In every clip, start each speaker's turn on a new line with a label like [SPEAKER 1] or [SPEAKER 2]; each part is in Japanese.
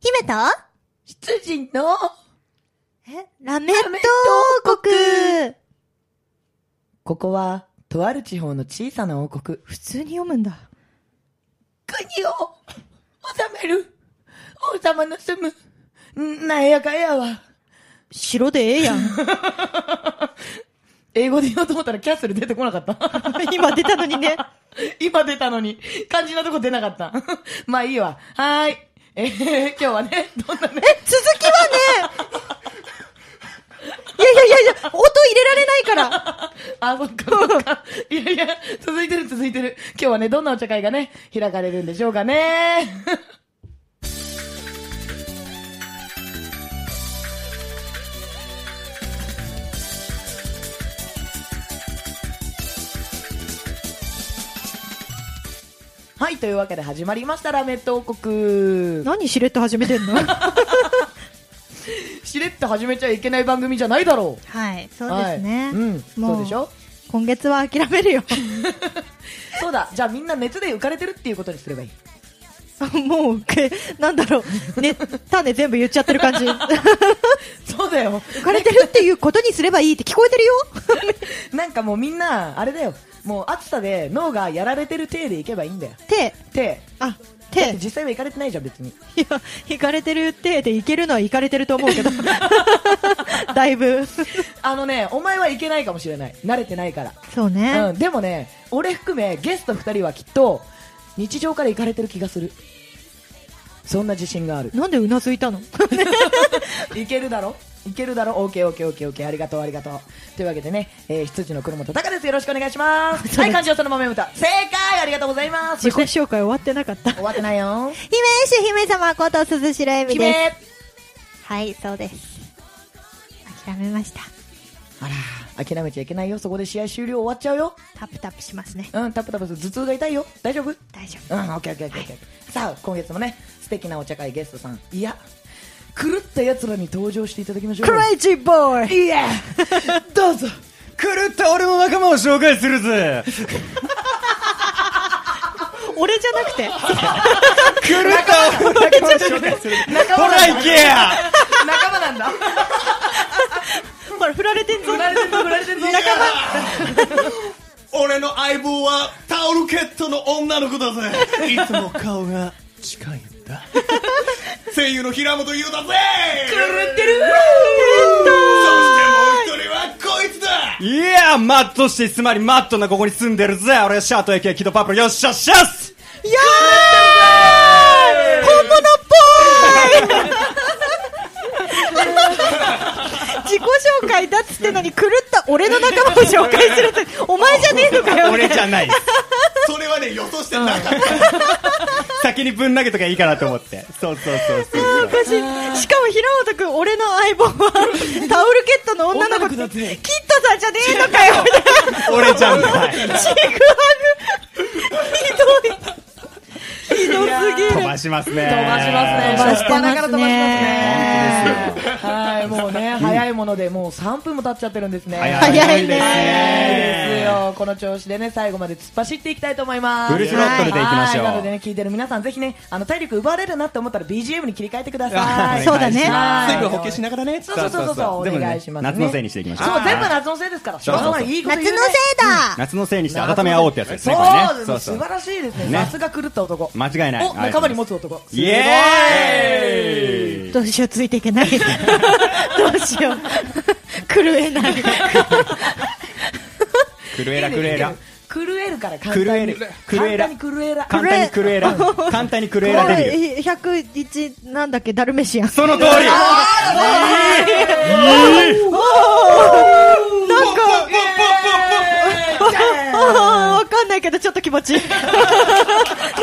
[SPEAKER 1] 姫と
[SPEAKER 2] 羊の
[SPEAKER 1] え、ラメット王国
[SPEAKER 2] ここは、とある地方の小さな王国。
[SPEAKER 1] 普通に読むんだ。
[SPEAKER 2] 国を治める王様の住む、なんやかんやは、
[SPEAKER 1] 白でええやん。
[SPEAKER 2] 英語で言おうと思ったらキャッスル出てこなかった。
[SPEAKER 1] 今出たのにね。
[SPEAKER 2] 今出たのに、肝心なとこ出なかった。 まあいいわ。はーい。えー、今日はね、どんなね、
[SPEAKER 1] え、続きはね、いやいやいやいや、音入れられないから。
[SPEAKER 2] あ、そっか、そっか。いやいや、続いてる続いてる。今日はね、どんなお茶会がね、開かれるんでしょうかね。はい、というわけで始まりました、ラメット王国。
[SPEAKER 1] 何しれっと始めてんの
[SPEAKER 2] しれっと始めちゃいけない番組じゃないだろう。
[SPEAKER 1] はい、そうです
[SPEAKER 2] は
[SPEAKER 1] ね。
[SPEAKER 2] いうん、そうでしょ
[SPEAKER 1] 今月は諦めるよ。
[SPEAKER 2] そうだ、じゃあみんな熱で浮かれてるっていうことにすればいい。
[SPEAKER 1] あもう、けなんだろう。ね、種全部言っちゃってる感 じ。浮
[SPEAKER 2] そうだよ。
[SPEAKER 1] かれてるっていうことにすればいいって聞こえてるよ。
[SPEAKER 2] なんかもうみんな、あれだよ。もう暑さで脳がやられてる体でいけばいいんだよ。
[SPEAKER 1] 手、
[SPEAKER 2] 手。
[SPEAKER 1] あ、
[SPEAKER 2] だって
[SPEAKER 1] 手。
[SPEAKER 2] 実際は行かれてないじゃん、別に。
[SPEAKER 1] いや、引かれてる手でいけるのは行かれてると思うけ ど。だいぶ。
[SPEAKER 2] あのね、お前はいけないかもしれない。慣れてないか
[SPEAKER 1] そう
[SPEAKER 2] ら。
[SPEAKER 1] ね。
[SPEAKER 2] う。ん、でもね、俺含めゲスト二人はきっと、日常から行かれてる気がする。そんな自信がある
[SPEAKER 1] なんでうなずいたの
[SPEAKER 2] いけるだろいけるだろオーケーオーケーオーケーオーケーありがとうありがとう。というわけでね、えー、羊の黒本高です。よろしくお願いします。
[SPEAKER 1] そう
[SPEAKER 2] は
[SPEAKER 1] です
[SPEAKER 2] い、漢字をそのまま歌。正解ありがとうございます。
[SPEAKER 1] 自己
[SPEAKER 2] そして
[SPEAKER 1] 紹介終わってなかった。
[SPEAKER 2] 終わってないよ。
[SPEAKER 1] 姫主姫様こと鈴代恵美
[SPEAKER 2] 決め
[SPEAKER 1] す。はい、そうです。諦めました。
[SPEAKER 2] あら、諦めちゃいけないよ。そこで試合終了終わっちゃうよ。
[SPEAKER 1] タプタプしますね。
[SPEAKER 2] うん、タプタプする頭痛が痛いよ。大丈夫うん、
[SPEAKER 1] 大丈
[SPEAKER 2] オッケーオッケーオッケーオッケー。さあ、今月もね、素敵なお茶会ゲストさん、いや、狂った奴らに登場していただきましょう。
[SPEAKER 1] クレイジーボーイ
[SPEAKER 2] いや、どうぞ。
[SPEAKER 3] 狂った俺の仲間を紹介するぜ
[SPEAKER 1] 俺じゃなくて。
[SPEAKER 3] 狂った俺の仲間を紹介する
[SPEAKER 2] 仲
[SPEAKER 3] ほ
[SPEAKER 2] 間な
[SPEAKER 3] ら
[SPEAKER 2] ん
[SPEAKER 3] 行
[SPEAKER 2] だ。
[SPEAKER 3] けや
[SPEAKER 2] 仲間なんだ。
[SPEAKER 1] ほら、振られてんぞ。
[SPEAKER 2] 振られてる、振られてる。仲
[SPEAKER 3] 俺の相棒はタオルケットの女の子だぜいつも顔が近いんだ声優の平本優だぜ
[SPEAKER 2] 狂ってる。
[SPEAKER 3] そしてもう一人はこいつだいやマットしてつまりマットなここに住んでるぜ俺はシャート AK キドパープルよっしゃっしゃっす
[SPEAKER 1] いやー本物っぽい自己紹介だっつってのに狂った俺の仲間を紹介するってお前じゃねえのかよ
[SPEAKER 3] 俺じゃない
[SPEAKER 4] それはね、予想してなかった。
[SPEAKER 3] 先にぶん投げときゃいいかなと思ってそうそうそうそう
[SPEAKER 1] おかしいしかも平本君俺の相棒はタオルケットの女の子
[SPEAKER 2] 女の子だぜ
[SPEAKER 1] キッドさんじゃねえのかよみ
[SPEAKER 3] 俺じゃない
[SPEAKER 1] たいなちぐはぐひどいひどすぎる
[SPEAKER 3] 飛ばしま
[SPEAKER 1] 飛ばし
[SPEAKER 2] 飛ばしますね。
[SPEAKER 3] すね
[SPEAKER 1] てますね
[SPEAKER 2] 初っ端から飛ばしますね。はい、もうね、早いもので、もう三分も経っちゃってるんですね。
[SPEAKER 1] い早いね
[SPEAKER 2] 早いですよ。この調子でね、最後まで突っ走っていきたいと思います。
[SPEAKER 3] フルスロットルでいきましょう
[SPEAKER 2] はいなのでね、聞いてる皆さん、ぜひね、あの、体力奪われるなって思ったら BGM に切り替えてください。
[SPEAKER 1] そうだね
[SPEAKER 2] はい
[SPEAKER 4] 水分補給しながらね。
[SPEAKER 2] そうそうそうそうそう、
[SPEAKER 3] でも
[SPEAKER 2] お
[SPEAKER 3] ね
[SPEAKER 2] 願いします、ね。
[SPEAKER 3] 夏のせいにしていきましょう
[SPEAKER 2] そう、全部夏のせいですから。
[SPEAKER 3] そうそうそ
[SPEAKER 2] しょう
[SPEAKER 3] う
[SPEAKER 2] がないいいこと言うね
[SPEAKER 1] だ
[SPEAKER 3] 夏のせいにして改め合おうってやつですねこ
[SPEAKER 2] そう
[SPEAKER 3] れね
[SPEAKER 2] です素晴らしいですね。
[SPEAKER 3] ね
[SPEAKER 2] さすが狂った男。
[SPEAKER 3] 間違いない
[SPEAKER 2] お、仲間に持つ男。
[SPEAKER 3] イエーイ
[SPEAKER 1] どうしようついていけないど うしよう狂えない
[SPEAKER 3] クルエラクルエラ
[SPEAKER 2] 狂えるから簡
[SPEAKER 3] クル
[SPEAKER 2] 単
[SPEAKER 3] エ
[SPEAKER 2] に
[SPEAKER 3] ルクルエラ
[SPEAKER 2] 簡単に狂えら
[SPEAKER 3] 簡単にクルエラ簡単にクルエラデ ビュー
[SPEAKER 1] これ101なんだっけダルメシアン
[SPEAKER 3] その通り
[SPEAKER 1] なんか
[SPEAKER 3] ポッポッ
[SPEAKER 2] えーじゃあ
[SPEAKER 1] あ ーわかんないけど、ちょっと気持ちい い。な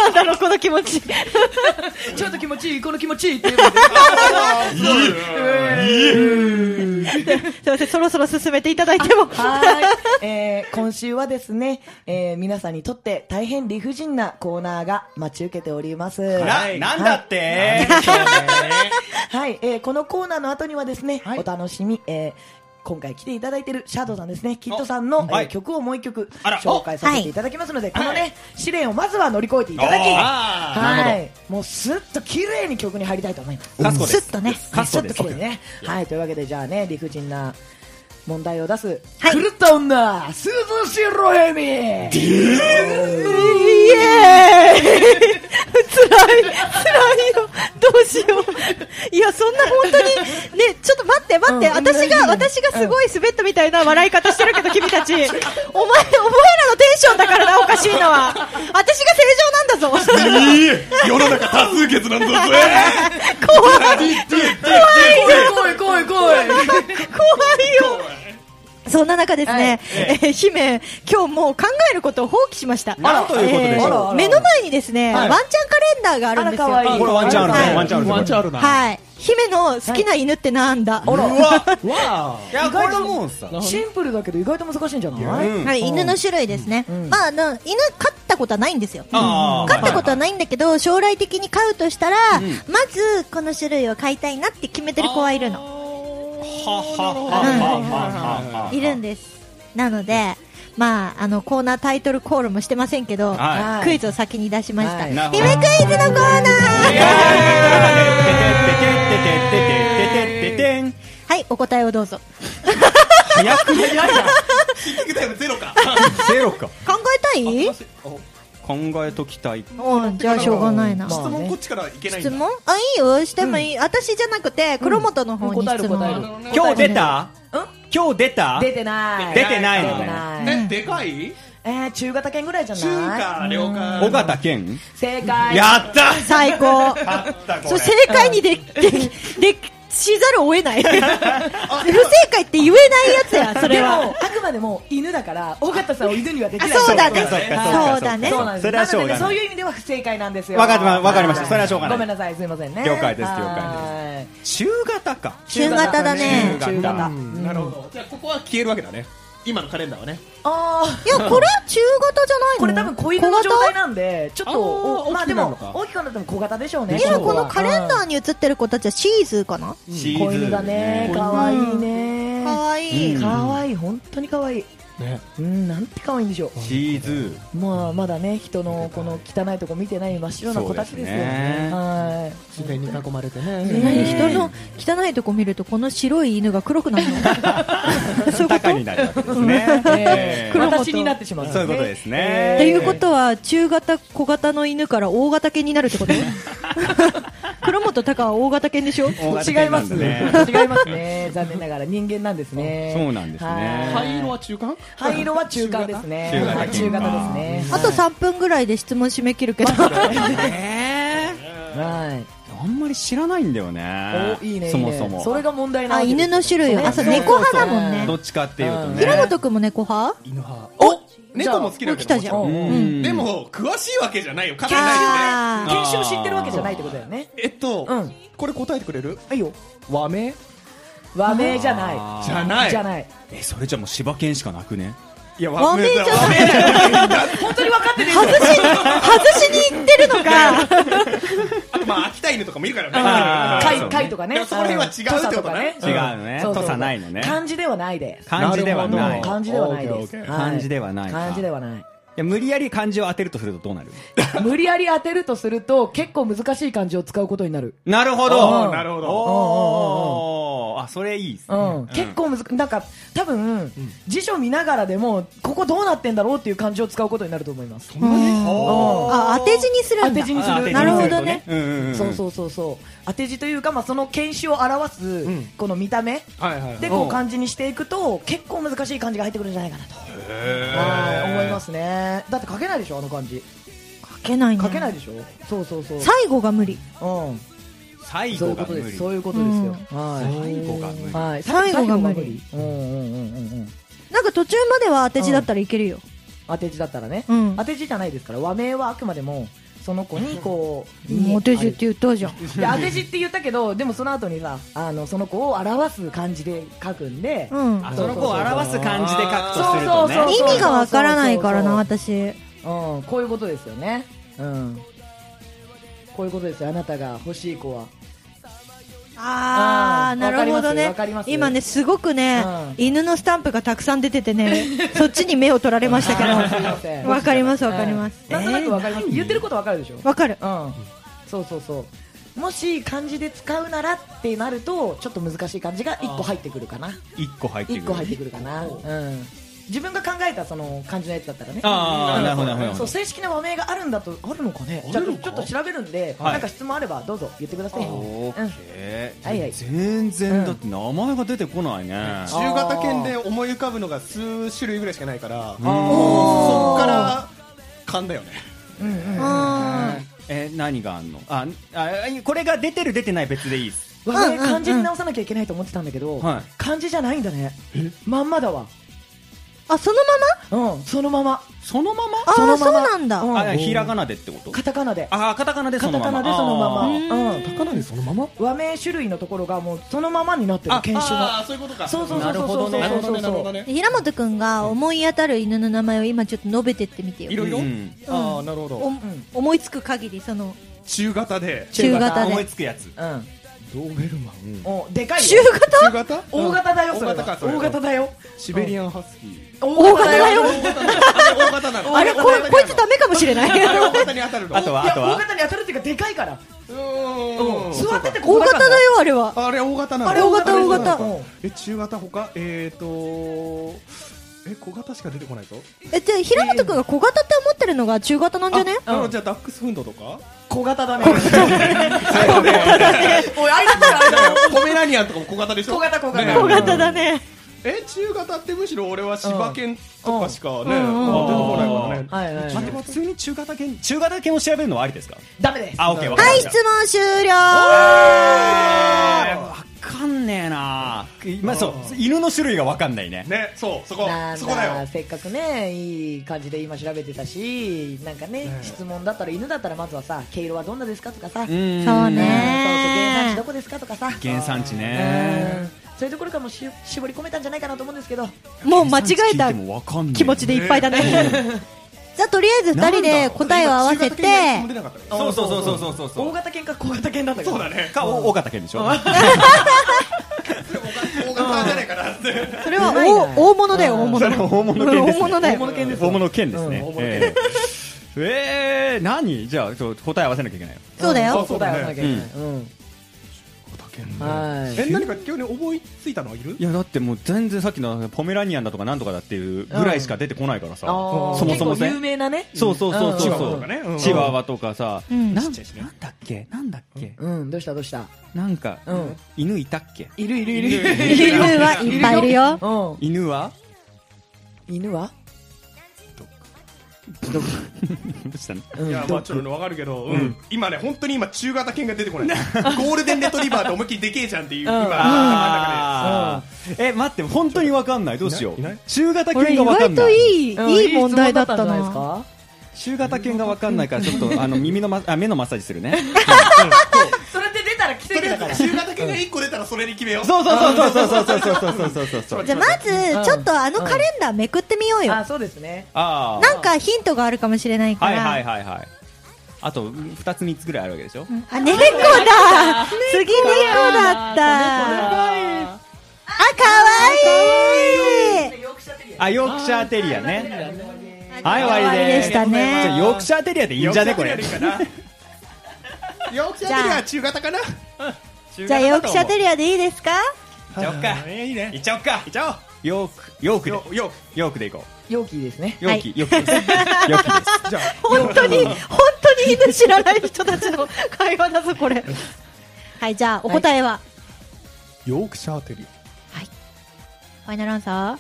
[SPEAKER 1] んだろう、この気持ち。
[SPEAKER 2] ちょっと気持ちいいこの気持ちいいっていうので
[SPEAKER 1] すいません、そろそろ進めていただいても。
[SPEAKER 2] はい、えー、今週はですね、えー、皆さんにとって大変理不尽なコーナーが待ち受けております
[SPEAKER 3] ななんだって
[SPEAKER 2] はい、えー、このコーナーの後にはですね、お楽しみ、えー今回来ていただいてるシャドウさんですね、キッドさんの、
[SPEAKER 3] はい
[SPEAKER 2] えー曲をもう一曲
[SPEAKER 3] あら
[SPEAKER 2] 紹介させていただきますので、このね、試練をまずは乗り越えていただき、
[SPEAKER 3] あーなるほど
[SPEAKER 2] はい、もうスッと綺麗に曲に入りたいと思います。
[SPEAKER 3] カスコです
[SPEAKER 1] スッとね
[SPEAKER 3] カ
[SPEAKER 2] ち
[SPEAKER 3] ス
[SPEAKER 2] ょ
[SPEAKER 3] コ
[SPEAKER 2] っ
[SPEAKER 3] で
[SPEAKER 2] と
[SPEAKER 3] す
[SPEAKER 2] 綺麗にね。はい、というわけで、じゃあね、理不尽な問題を出す、
[SPEAKER 1] はい
[SPEAKER 2] 狂った女、鈴代ヘミデ
[SPEAKER 1] イエーイ辛い、辛いよ。どうしよう。いや、そんな本当に、ね、ちょっと待って、待って、
[SPEAKER 2] うん
[SPEAKER 1] 私が、
[SPEAKER 2] うん
[SPEAKER 1] 私がすごい滑ったみたいな笑い方してるけど、君たち。お前、お前らのテンションだからな、おかしいのは。私が正常なんだぞ。
[SPEAKER 3] いい世の中多数決なんだぜ
[SPEAKER 1] 怖い、
[SPEAKER 2] 来い来い来い
[SPEAKER 1] 怖いよ。そんな中ですね、えー姫、今日もう考えることを放棄しました。
[SPEAKER 3] あらということで
[SPEAKER 1] え
[SPEAKER 3] しょう
[SPEAKER 1] ー
[SPEAKER 2] あらあら
[SPEAKER 1] 目の前にですね、
[SPEAKER 3] はい
[SPEAKER 1] ワンチャンカレンダーがあるんですよ。
[SPEAKER 2] あら可愛い
[SPEAKER 3] これワンチャンある
[SPEAKER 1] は
[SPEAKER 3] ね
[SPEAKER 1] い
[SPEAKER 3] ワンチャンある
[SPEAKER 4] ワンチャンあるな。
[SPEAKER 1] はい。姫の好きな犬ってなんだ、
[SPEAKER 2] あら
[SPEAKER 4] い。わ
[SPEAKER 3] いやこれはもうさ
[SPEAKER 2] シンプルだけど意外と難しいんじゃない、
[SPEAKER 3] うん
[SPEAKER 1] はい、犬の種類ですね。まあ、あの、犬飼ったことはないんですよ。
[SPEAKER 3] あー
[SPEAKER 1] 飼ったことはないんだけど、将来的に飼うとしたら、まず、この種類を飼いたいなって決めてる子はいるの。
[SPEAKER 3] はははははい
[SPEAKER 1] るんです。なので、まあ、あの、コーナータイトルコールもしてませんけど、
[SPEAKER 3] はい
[SPEAKER 1] クイズを先に出しました。
[SPEAKER 2] はい
[SPEAKER 1] 姫クイズのコーナーはい、お答えをどうぞ。
[SPEAKER 4] 早く早いな。
[SPEAKER 3] キングタイムゼロか
[SPEAKER 4] ゼロか。
[SPEAKER 1] 考えたい
[SPEAKER 4] 考えときたい。
[SPEAKER 1] うん、じゃあしょうがないな。
[SPEAKER 2] まあ
[SPEAKER 3] 質問こっちからいけないんだ
[SPEAKER 1] 質問あ、いいよ、してもいい。私じゃなくて、黒本の方に
[SPEAKER 2] 答え
[SPEAKER 1] 質
[SPEAKER 2] る
[SPEAKER 1] 問。
[SPEAKER 2] 答える
[SPEAKER 4] 今日出た
[SPEAKER 2] うん
[SPEAKER 4] 今日出た
[SPEAKER 2] 出てない
[SPEAKER 4] 出てない
[SPEAKER 2] 出
[SPEAKER 4] の
[SPEAKER 2] て
[SPEAKER 4] ね
[SPEAKER 2] ない
[SPEAKER 3] えでかい
[SPEAKER 2] えー、中型犬ぐらいじゃない
[SPEAKER 3] 中華了解
[SPEAKER 4] 尾形健
[SPEAKER 2] 正解
[SPEAKER 4] やった
[SPEAKER 1] 最高。
[SPEAKER 3] あったこ
[SPEAKER 1] そう
[SPEAKER 3] れ
[SPEAKER 1] 正解にでででしざるを得ない不正解って言えないやつやそれ
[SPEAKER 2] でも
[SPEAKER 1] は
[SPEAKER 2] あくまでも犬だから尾形さんを犬にはできな
[SPEAKER 1] あ
[SPEAKER 2] い
[SPEAKER 1] そうだね
[SPEAKER 4] そうかそうか
[SPEAKER 1] そうだね
[SPEAKER 2] そうなんです
[SPEAKER 4] それはしょうがない
[SPEAKER 2] なのでねそういう意味では不正解なんですよ
[SPEAKER 4] わかってまわかりました
[SPEAKER 2] はい
[SPEAKER 4] それはしょうがない
[SPEAKER 2] ごめんなさいすいませんね
[SPEAKER 4] 了解です了解です
[SPEAKER 2] 解
[SPEAKER 4] 中型か
[SPEAKER 1] 中型だね
[SPEAKER 2] 中
[SPEAKER 4] 中型
[SPEAKER 2] 型
[SPEAKER 4] うん
[SPEAKER 3] なるほどじゃあここは消えるわけだね今のカレンダーはね
[SPEAKER 2] あー
[SPEAKER 1] いやこれ中型じゃないの
[SPEAKER 2] これ多分小犬の状態なんでちょっと
[SPEAKER 3] あー
[SPEAKER 2] おまあ
[SPEAKER 3] 大き
[SPEAKER 2] で
[SPEAKER 3] くなるの
[SPEAKER 2] も
[SPEAKER 3] か
[SPEAKER 2] 大きくなっても小型でしょうね
[SPEAKER 1] 小型今このカレンダ
[SPEAKER 2] ー
[SPEAKER 1] ーに写ってる子たちはシーズーかな
[SPEAKER 4] シ
[SPEAKER 2] 子
[SPEAKER 4] ーズ
[SPEAKER 2] 犬
[SPEAKER 4] ン
[SPEAKER 2] だね可愛いね
[SPEAKER 1] かわいい、
[SPEAKER 4] うん
[SPEAKER 2] 可愛い本当に可愛いうんなんて可愛いんでしょ
[SPEAKER 4] シーズ
[SPEAKER 2] うまあまだね人のこの汚いとこ見てない真っ白な子たちですよねは
[SPEAKER 5] 自然に囲まれてね。
[SPEAKER 1] 何人の汚いとこ見るとこの白い犬が黒くなるのそういうこ
[SPEAKER 4] 高
[SPEAKER 1] と
[SPEAKER 4] になるわけですね
[SPEAKER 2] い
[SPEAKER 4] え
[SPEAKER 1] 黒本
[SPEAKER 2] 私になってしまう
[SPEAKER 4] えそういうことです
[SPEAKER 1] とい
[SPEAKER 4] ね
[SPEAKER 1] うことは中型小型の犬から大型犬になる ってこと黒本隆は大型犬でしょ
[SPEAKER 4] 大型
[SPEAKER 2] 違い
[SPEAKER 4] 犬な
[SPEAKER 2] ま
[SPEAKER 4] ん
[SPEAKER 2] す
[SPEAKER 4] だ
[SPEAKER 2] ね
[SPEAKER 4] ね
[SPEAKER 2] 違いますね残念ながら人間なんですね
[SPEAKER 4] そうなんですね
[SPEAKER 2] は
[SPEAKER 3] 灰
[SPEAKER 2] い
[SPEAKER 3] 色は中間
[SPEAKER 2] 灰色は中間ですね
[SPEAKER 4] 中型
[SPEAKER 2] はい中型ですね
[SPEAKER 1] あと3分ぐらいで質問締め切るけど
[SPEAKER 2] はい
[SPEAKER 4] あんまり知らないんだよね
[SPEAKER 2] おいいねいいね
[SPEAKER 4] そもそも
[SPEAKER 2] それが問題な
[SPEAKER 1] あ
[SPEAKER 2] わけです
[SPEAKER 1] 犬の種類をあそう
[SPEAKER 2] ね
[SPEAKER 1] 猫派だもんね
[SPEAKER 4] どっちかっていうとね
[SPEAKER 1] 平本君も猫派
[SPEAKER 3] 犬派お猫も好きだ
[SPEAKER 1] もう
[SPEAKER 3] け
[SPEAKER 1] 来
[SPEAKER 3] ど
[SPEAKER 1] たじゃん、
[SPEAKER 2] う
[SPEAKER 4] うん
[SPEAKER 1] うん
[SPEAKER 3] でも詳しいわけじゃないよ書けないよね
[SPEAKER 1] あ
[SPEAKER 2] 犬種を知ってるわけじゃないってことだよね
[SPEAKER 3] えっと
[SPEAKER 2] うん
[SPEAKER 3] これ答えてくれる
[SPEAKER 2] はいよ
[SPEAKER 3] 和名
[SPEAKER 2] 和名じゃない
[SPEAKER 4] あー
[SPEAKER 3] じゃない
[SPEAKER 2] じゃない
[SPEAKER 4] えそれじゃもう柴犬しかなくね
[SPEAKER 3] いや
[SPEAKER 1] 和名じゃない
[SPEAKER 3] 和名じゃない
[SPEAKER 2] 本当に分かってね
[SPEAKER 1] ー外し外しに行ってるの か
[SPEAKER 3] あとまあ秋田犬とかもいるからね
[SPEAKER 4] あー
[SPEAKER 2] 貝
[SPEAKER 4] そうね
[SPEAKER 2] 貝とか
[SPEAKER 3] い
[SPEAKER 2] ね
[SPEAKER 3] やそこら辺は違うってことね
[SPEAKER 2] 土佐か
[SPEAKER 4] 違うのね
[SPEAKER 2] んそうそうそう
[SPEAKER 4] 土佐ないのね
[SPEAKER 2] 漢字ではないです
[SPEAKER 4] 漢字では
[SPEAKER 2] な
[SPEAKER 4] な
[SPEAKER 2] る
[SPEAKER 4] い
[SPEAKER 2] ほど漢字ではないで
[SPEAKER 3] オッ
[SPEAKER 2] す
[SPEAKER 3] ケーオッケ
[SPEAKER 2] はい
[SPEAKER 4] 漢字ではないか
[SPEAKER 2] 漢字ではない
[SPEAKER 4] いや無理やり漢字を当てるとするとどうなる
[SPEAKER 2] 無理やり当てるとすると結構難しい漢字を使うことになる
[SPEAKER 4] なるほ
[SPEAKER 3] お
[SPEAKER 4] ど
[SPEAKER 3] ーなるほど
[SPEAKER 4] おーあそれいいです
[SPEAKER 2] う
[SPEAKER 4] ね
[SPEAKER 2] ん、結構難なんか多分辞書見ながらでもここどうなってんだろうっていう漢字を使うことになると思います
[SPEAKER 3] おー
[SPEAKER 1] あ当て字にする
[SPEAKER 2] 当
[SPEAKER 1] んだ
[SPEAKER 2] て字にす
[SPEAKER 4] あ当て
[SPEAKER 2] る
[SPEAKER 4] 字
[SPEAKER 1] なるほどね
[SPEAKER 4] うんうんうん
[SPEAKER 2] そうそうそうそう当て字というか、まあ、その犬種を表すこの見た目
[SPEAKER 3] はいはい
[SPEAKER 2] でこう漢字にしていくと結構難しい漢字が入ってくるんじゃないかなとはい思いますねだって書けないでしょあの漢字
[SPEAKER 1] 書けないね
[SPEAKER 2] 書けないでしょそうそうそう
[SPEAKER 1] 最後が無理
[SPEAKER 2] うん
[SPEAKER 4] 最
[SPEAKER 2] そうい
[SPEAKER 4] 後
[SPEAKER 2] うこ
[SPEAKER 4] が
[SPEAKER 2] と
[SPEAKER 4] 無
[SPEAKER 2] で
[SPEAKER 4] 理
[SPEAKER 2] すそういうことですよは
[SPEAKER 4] 最後が無
[SPEAKER 2] い
[SPEAKER 4] 理
[SPEAKER 2] はい
[SPEAKER 1] 最後が無理
[SPEAKER 2] うんうんうんうんうん
[SPEAKER 1] なんか途中までは当て字だったらいけるよ、
[SPEAKER 2] 当て字だったらね、
[SPEAKER 1] うん
[SPEAKER 2] 当て字じゃないですから和名はあくまでもその子にこう
[SPEAKER 1] もう当て字って言ったじゃん
[SPEAKER 2] で当て字って言ったけどでもその後にさあのその子を表す漢字で書くんで、
[SPEAKER 1] うん
[SPEAKER 4] あその子を表す漢字で書くとする
[SPEAKER 2] そ
[SPEAKER 4] と
[SPEAKER 2] うそうそう
[SPEAKER 4] ね
[SPEAKER 1] 意味がわからないからな
[SPEAKER 2] そう
[SPEAKER 1] 私
[SPEAKER 2] うん、こういうことですよね、うん、こういうことですよあなたが欲しい子は
[SPEAKER 1] あ
[SPEAKER 2] う
[SPEAKER 1] あ
[SPEAKER 2] ん
[SPEAKER 1] なるほどね
[SPEAKER 2] わかります
[SPEAKER 1] 今ねすごくね、
[SPEAKER 2] うん
[SPEAKER 1] 犬のスタンプがたくさん出ててねそっちに目を取られましたけ
[SPEAKER 2] あーすいません
[SPEAKER 1] ど わかりますわかります、
[SPEAKER 2] うんなんとなくわかり
[SPEAKER 1] え
[SPEAKER 2] ます。言ってることわかるでしょ
[SPEAKER 1] ー。わかる
[SPEAKER 2] うん。そうそうそう。もし漢字で使うならってなるとちょっと難しい漢字が一個入ってくるかな。
[SPEAKER 4] 一個入ってく
[SPEAKER 2] 一
[SPEAKER 4] る。
[SPEAKER 2] 個入ってくるかな。うん。自分が考えたその漢字のやつだったらね。
[SPEAKER 4] ああ、なるほど、なるほ
[SPEAKER 2] そう
[SPEAKER 4] ど。
[SPEAKER 2] 正式な和名があるんだとあるのかね。ち
[SPEAKER 3] あ
[SPEAKER 2] ょっと
[SPEAKER 3] るのか
[SPEAKER 2] ちょっと調べるんで、
[SPEAKER 4] はい
[SPEAKER 2] なんか質問あればどうぞ言ってください。
[SPEAKER 4] オ
[SPEAKER 2] うん
[SPEAKER 4] ッケー。
[SPEAKER 2] はいはい
[SPEAKER 4] 全然、だって名前が出てこないね。
[SPEAKER 3] 中型犬で思い浮かぶのが数種類ぐらいしかないから、そっ
[SPEAKER 2] あ
[SPEAKER 3] から勘だよね。
[SPEAKER 1] あ
[SPEAKER 4] え、何があんのあ、あ、これが出てる出てない別でいいです。
[SPEAKER 2] ー。和名漢字に直さなきゃいけないと思ってたんだけど、
[SPEAKER 4] はい
[SPEAKER 2] 漢字じゃないんだね。まんまだわ。
[SPEAKER 1] ーあその
[SPEAKER 2] うん。そのまま。
[SPEAKER 4] そのまま
[SPEAKER 1] ままあ
[SPEAKER 2] その
[SPEAKER 1] あ
[SPEAKER 2] ま
[SPEAKER 1] そう
[SPEAKER 2] ま
[SPEAKER 1] なんだ、
[SPEAKER 2] うん
[SPEAKER 4] あ、ひらがなでってこと
[SPEAKER 2] カタカナで。
[SPEAKER 4] あ、カタカナでそ
[SPEAKER 2] カ
[SPEAKER 4] の
[SPEAKER 2] タカ
[SPEAKER 4] まま。
[SPEAKER 2] ナでそのま
[SPEAKER 4] あー
[SPEAKER 2] ま。うん。
[SPEAKER 3] 高でそのまま
[SPEAKER 2] 和名種類のところがもうそのままになってる
[SPEAKER 3] あ、
[SPEAKER 2] 犬種
[SPEAKER 3] あ
[SPEAKER 2] が
[SPEAKER 3] ーそういうことか。
[SPEAKER 2] そうそうそ
[SPEAKER 4] な
[SPEAKER 2] う
[SPEAKER 4] る
[SPEAKER 2] そう
[SPEAKER 4] ほ
[SPEAKER 2] そう
[SPEAKER 4] どね
[SPEAKER 3] なるほど
[SPEAKER 2] そう
[SPEAKER 3] ね、なるほど
[SPEAKER 2] そう
[SPEAKER 3] ね。
[SPEAKER 1] 平本君が思い当たる犬の名前を今ちょっと述べてってみてよ
[SPEAKER 3] いろいろ、
[SPEAKER 4] うん
[SPEAKER 3] ああ、なるほど。
[SPEAKER 1] お思いつく限りその
[SPEAKER 3] 中型で、
[SPEAKER 1] 中型で
[SPEAKER 4] 思いつくやつ。
[SPEAKER 2] うん
[SPEAKER 3] ドーベルマン。
[SPEAKER 2] おでかい
[SPEAKER 1] 中
[SPEAKER 2] よ
[SPEAKER 1] 型
[SPEAKER 3] 中型
[SPEAKER 2] 大型だよ
[SPEAKER 3] 大
[SPEAKER 2] それは
[SPEAKER 3] 型か、それは
[SPEAKER 2] 大型だよ
[SPEAKER 3] シベリアンハスキー。
[SPEAKER 2] 大
[SPEAKER 1] 型だよ
[SPEAKER 3] 大型なの大型なの
[SPEAKER 1] あれこ
[SPEAKER 3] 大型に
[SPEAKER 1] こいつダメかもしれない
[SPEAKER 3] あれ大型に当たるの。
[SPEAKER 4] あと
[SPEAKER 2] い
[SPEAKER 4] は
[SPEAKER 2] や
[SPEAKER 4] あとは
[SPEAKER 2] 大型に当たるっていうかでかいから
[SPEAKER 3] う
[SPEAKER 2] うん
[SPEAKER 3] ーん。
[SPEAKER 2] 座ってて
[SPEAKER 1] 大
[SPEAKER 2] 小
[SPEAKER 1] 型だよあれは
[SPEAKER 3] あれ大型なの
[SPEAKER 1] あれ大型大型
[SPEAKER 3] あれなのかえ中型他えーとえ小型しか出てこないぞ
[SPEAKER 1] えじゃあ平本君が小型って思ってるのが中型なんじゃね
[SPEAKER 3] あのじゃあダックスフンドとか
[SPEAKER 2] 小型だね
[SPEAKER 3] おいあいつらあれだよポメラニアンとかも小型でしょ
[SPEAKER 2] 小型小型
[SPEAKER 3] ね
[SPEAKER 1] 小型だね
[SPEAKER 3] え中型ってむしろ俺は柴犬とかしかね出て
[SPEAKER 1] うん
[SPEAKER 3] こないからね
[SPEAKER 2] はいはい
[SPEAKER 4] あでも普通に中型犬、中型犬を調べるのはありですか
[SPEAKER 2] ダメです
[SPEAKER 4] あ、オッケー、わかり
[SPEAKER 1] は
[SPEAKER 4] ま
[SPEAKER 1] い
[SPEAKER 4] した
[SPEAKER 1] 質問終了
[SPEAKER 4] えーわかんねえなまあそう犬の種類がわかんないね
[SPEAKER 3] ねそうそこ
[SPEAKER 2] なん
[SPEAKER 3] そこだよ
[SPEAKER 2] だせっかくねいい感じで今調べてたしなんかね
[SPEAKER 3] え
[SPEAKER 2] 質問だったら犬だったらまずはさ毛色はどんなですかとかさ
[SPEAKER 4] うーん
[SPEAKER 1] そう
[SPEAKER 2] うんそうそう原産
[SPEAKER 1] ね
[SPEAKER 2] 地どこですかとかさ
[SPEAKER 4] 原産地
[SPEAKER 2] う
[SPEAKER 4] ね
[SPEAKER 2] んそういうところからもし絞り込めたんじゃないかなと思うんですけど
[SPEAKER 1] もう間違えた
[SPEAKER 4] 聞いてもわかんない
[SPEAKER 1] 気持ちでいっぱいだねじゃあとりあえず二人で答えを合わせて
[SPEAKER 3] 中型犬が一個も出なかったね
[SPEAKER 4] そうそうそうそうそうそう
[SPEAKER 2] 大型犬か小型犬なんだけど
[SPEAKER 3] そうだね
[SPEAKER 4] かお尾形犬でしょ
[SPEAKER 3] 大型じゃないかなって
[SPEAKER 1] それは
[SPEAKER 2] うまいな
[SPEAKER 1] 大大物だよ大物
[SPEAKER 4] それは大物犬ですね
[SPEAKER 1] 大物だよ
[SPEAKER 4] 大物犬です大物犬ですね
[SPEAKER 2] うん大物犬
[SPEAKER 4] えーえー何じゃあそう答え合わせなきゃいけないよ
[SPEAKER 1] そうだ
[SPEAKER 3] そ
[SPEAKER 1] よ
[SPEAKER 3] うそうだね
[SPEAKER 2] そうだようんはい
[SPEAKER 3] え何か急に思いついたのはいる
[SPEAKER 4] いやだってもう全然さっきのポメラニアンだとかなんとかだっていうぐらいしか出てこないからさ
[SPEAKER 2] あー
[SPEAKER 4] そもそも
[SPEAKER 2] 結構
[SPEAKER 4] ね
[SPEAKER 2] 有名なね
[SPEAKER 4] そうそうそうそう
[SPEAKER 3] チワワとかねうん
[SPEAKER 4] チワワとかさ
[SPEAKER 1] うん
[SPEAKER 4] なんなんだっけなんだっけ
[SPEAKER 2] うんどうしたどうした
[SPEAKER 4] なんか
[SPEAKER 2] うん
[SPEAKER 4] 犬いたっけ
[SPEAKER 2] いるいるいるいる
[SPEAKER 1] 犬はいっぱいいるよ
[SPEAKER 2] うん
[SPEAKER 4] 犬は
[SPEAKER 2] 犬は
[SPEAKER 4] どうしたの
[SPEAKER 2] うん
[SPEAKER 3] いや、まあ、ちょっとわかるけど、うん今ね、本当に今、中型犬が出てこない。 ゴールデンレトリバーって思いっきりでけえじゃんっていう、今、
[SPEAKER 4] あーえ待って本当にわかんないどうしよ
[SPEAKER 3] いないう
[SPEAKER 4] 中型
[SPEAKER 1] これ
[SPEAKER 4] 犬
[SPEAKER 1] 意
[SPEAKER 4] がわか
[SPEAKER 1] 外
[SPEAKER 4] ん
[SPEAKER 1] と
[SPEAKER 4] ない
[SPEAKER 1] いい
[SPEAKER 2] うん
[SPEAKER 1] いい問題だった
[SPEAKER 2] いい質問
[SPEAKER 1] な
[SPEAKER 2] じゃない
[SPEAKER 4] 中型犬がわかんないからちょっとあの耳のまあ目のマッサージするね
[SPEAKER 2] ですかそれって出たら奇
[SPEAKER 3] 中
[SPEAKER 2] 跡だ
[SPEAKER 3] 型
[SPEAKER 2] から
[SPEAKER 3] 中型犬が1個出たらそれに決めよう。
[SPEAKER 4] そうそうそうそうそうそうそうそうそうそうそう
[SPEAKER 1] じゃあま
[SPEAKER 2] ん
[SPEAKER 1] ずちょっとあのカレンダーめくってみようよ
[SPEAKER 2] あそうですね
[SPEAKER 4] あ
[SPEAKER 1] なんかヒントがあるかもしれない
[SPEAKER 4] あ
[SPEAKER 1] か
[SPEAKER 4] はい
[SPEAKER 1] ら
[SPEAKER 4] はいはいはいあと二つ三つぐらいあるわけでしょ
[SPEAKER 1] あ、猫だ次猫だったあ、
[SPEAKER 2] あ
[SPEAKER 1] かわいい
[SPEAKER 4] あヨークシャーテリアねはい
[SPEAKER 1] 可愛
[SPEAKER 4] 終わり
[SPEAKER 1] で
[SPEAKER 4] です
[SPEAKER 1] した
[SPEAKER 4] じゃあ
[SPEAKER 1] ね
[SPEAKER 4] ヨークシャーテリアでいいんじゃねこれ
[SPEAKER 3] ヨークシャーテリアでいいかな。ヨークシャーテリアは中型かな
[SPEAKER 1] じゃあヨークシャーテ
[SPEAKER 4] リ
[SPEAKER 1] リアでいいですか
[SPEAKER 4] アいっちゃおっか
[SPEAKER 3] あいいね。
[SPEAKER 4] いっちゃおっか
[SPEAKER 3] いっちゃ
[SPEAKER 4] ヨークヨーク
[SPEAKER 3] おう。よ
[SPEAKER 4] で、
[SPEAKER 3] よ、
[SPEAKER 4] ヨークでいこう
[SPEAKER 2] 容器ですね
[SPEAKER 4] ヨーキヨーキですヨーキです
[SPEAKER 3] じゃあ、
[SPEAKER 1] 本当に本当に犬知らない人たちの会話だぞこれ はいじゃあお答えは、
[SPEAKER 3] ヨークシャーテリ
[SPEAKER 1] ファイナルアンサ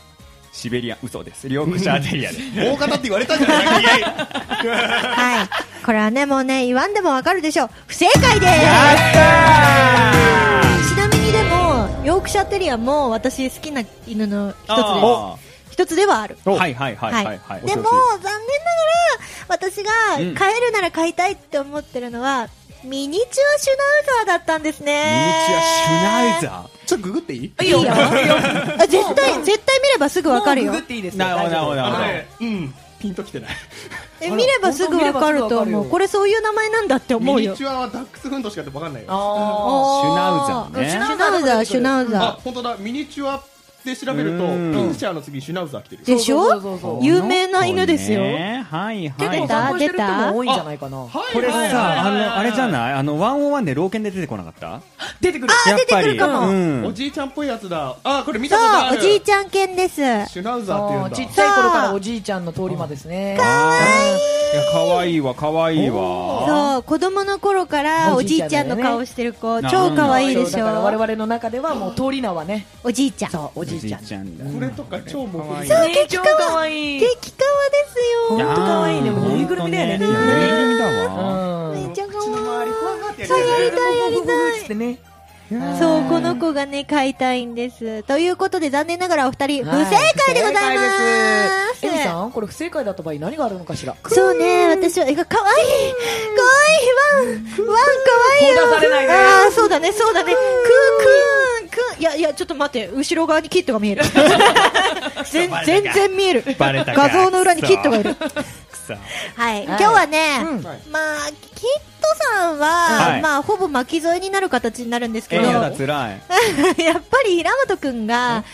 [SPEAKER 4] シベリアン嘘ですヨークシャーテリアです
[SPEAKER 3] ア。大型って言われたんじ ゃないか、イエイ
[SPEAKER 1] ーはいこれはねもうね言わんでもわかるでしょう不正解ですちなみにでもヨークシャーテリアも私好きな犬の一つで
[SPEAKER 4] あ
[SPEAKER 1] す一つではある
[SPEAKER 4] ーはいはいはいはいはい。
[SPEAKER 1] でも残念ながら私が
[SPEAKER 4] うん
[SPEAKER 1] 飼えるなら飼いたいって思ってるのは、ミニチュアシュナウザーだったんですね
[SPEAKER 4] ミニチュアシュ
[SPEAKER 1] ー
[SPEAKER 4] ナウザ
[SPEAKER 3] ちょっとググっていい
[SPEAKER 1] いいよあ絶対絶対見ればすぐわかるよ
[SPEAKER 2] もうググっていいです
[SPEAKER 4] なるほどなるほど
[SPEAKER 3] あの
[SPEAKER 4] なる
[SPEAKER 3] ね、うん、ピンときてない。
[SPEAKER 1] え見ればすぐわかると
[SPEAKER 2] 本当見ればすぐわかる
[SPEAKER 1] 思
[SPEAKER 2] よ
[SPEAKER 1] うこれそういう名前なんだって思う
[SPEAKER 3] ミ
[SPEAKER 1] よ
[SPEAKER 3] ニチュアはダックスフンドしかわかんないよ。
[SPEAKER 1] あ
[SPEAKER 2] あ
[SPEAKER 1] ー
[SPEAKER 2] ナウ
[SPEAKER 4] シュ
[SPEAKER 2] ザーね
[SPEAKER 1] シュナウザーシュナウザー
[SPEAKER 3] あ、本当だ。ミニチュアで調べると、ピ
[SPEAKER 4] うん
[SPEAKER 3] クチャーの次、シュナウザー来てる。
[SPEAKER 1] でしょ
[SPEAKER 2] そうそうそうそう
[SPEAKER 1] 有名な犬ですよ
[SPEAKER 4] この子ねは
[SPEAKER 2] ー
[SPEAKER 4] いは
[SPEAKER 1] 出
[SPEAKER 2] 結構
[SPEAKER 1] た
[SPEAKER 4] い
[SPEAKER 2] 散歩してる人も多いんじゃないかな
[SPEAKER 3] はい
[SPEAKER 4] これ
[SPEAKER 3] はいはい
[SPEAKER 4] さあ
[SPEAKER 3] はい
[SPEAKER 4] のあれじゃないあのワンオンワンで老犬で出てこなかった
[SPEAKER 2] 出てくる
[SPEAKER 1] あ
[SPEAKER 4] やっぱ
[SPEAKER 1] 出てく
[SPEAKER 4] り
[SPEAKER 1] るかも
[SPEAKER 4] うん
[SPEAKER 3] おじいちゃんっぽいやつだ。あ、これ見たことあ
[SPEAKER 1] そう
[SPEAKER 3] る。
[SPEAKER 1] おじいちゃん犬です
[SPEAKER 3] シュナウザー
[SPEAKER 2] あ
[SPEAKER 3] っ
[SPEAKER 2] ー
[SPEAKER 3] て
[SPEAKER 2] ち
[SPEAKER 3] いうん
[SPEAKER 2] っ
[SPEAKER 3] だ。
[SPEAKER 2] ちゃい頃からおじいちゃんの通り魔ですね
[SPEAKER 4] いや可愛いわ可愛いわ
[SPEAKER 1] そう子供の頃からお
[SPEAKER 2] お
[SPEAKER 1] じ
[SPEAKER 2] じ
[SPEAKER 1] い
[SPEAKER 2] いちゃん
[SPEAKER 1] ちゃんの
[SPEAKER 2] だよね
[SPEAKER 1] 顔してる子
[SPEAKER 4] な
[SPEAKER 1] 超可愛いでし
[SPEAKER 2] そうだから我
[SPEAKER 1] ょ
[SPEAKER 2] 々の中ではもう通り名はね
[SPEAKER 1] おじいちゃん
[SPEAKER 2] そうお
[SPEAKER 4] お
[SPEAKER 2] じいちゃん
[SPEAKER 4] んだ
[SPEAKER 3] これとか超もう
[SPEAKER 4] 可愛い
[SPEAKER 1] そう
[SPEAKER 2] ね
[SPEAKER 1] 激
[SPEAKER 2] 超
[SPEAKER 1] か
[SPEAKER 2] 可
[SPEAKER 1] わ
[SPEAKER 2] 愛い
[SPEAKER 1] 激かわ
[SPEAKER 4] い
[SPEAKER 1] です
[SPEAKER 4] や
[SPEAKER 1] よ
[SPEAKER 4] ー
[SPEAKER 2] ほんと可愛いねもうぬいぐるみだよね
[SPEAKER 4] ほんといやぬいぐるみだ
[SPEAKER 2] う
[SPEAKER 4] わ
[SPEAKER 1] めっ
[SPEAKER 2] ん
[SPEAKER 1] ちゃかわ
[SPEAKER 3] 口の周りふわーってや
[SPEAKER 1] そうやり
[SPEAKER 3] るよね。
[SPEAKER 1] たいやりたい
[SPEAKER 2] ってね
[SPEAKER 1] そう、この子がね、飼いたいんです。ということで、残念ながらお二人、不正解でございま
[SPEAKER 2] 不正解ですエミ
[SPEAKER 1] す。
[SPEAKER 2] さんこれ不正解だった場合何があるのかしら
[SPEAKER 1] そうね、私は、え、かわいい、かわいい、ワン、ワン、か
[SPEAKER 2] ほが
[SPEAKER 1] わ
[SPEAKER 2] さ
[SPEAKER 1] いい
[SPEAKER 2] れ
[SPEAKER 1] よ。
[SPEAKER 2] ないで
[SPEAKER 1] ああ、そうだね、そうだね、くーくーん、くーん。いや、いや、ちょっと待って、後ろ側にキットが 見える。全全然見える。
[SPEAKER 4] バレたか
[SPEAKER 1] 画像の裏にキットがいる。
[SPEAKER 4] くそ
[SPEAKER 1] はい、今日はね、
[SPEAKER 2] うん
[SPEAKER 3] はい
[SPEAKER 1] まあ、キットさんは、
[SPEAKER 4] はい
[SPEAKER 1] まあ、ほぼ巻き添えになる形になるんですけ
[SPEAKER 4] え
[SPEAKER 1] ど、
[SPEAKER 4] やだつらい
[SPEAKER 1] やっぱり平本くんが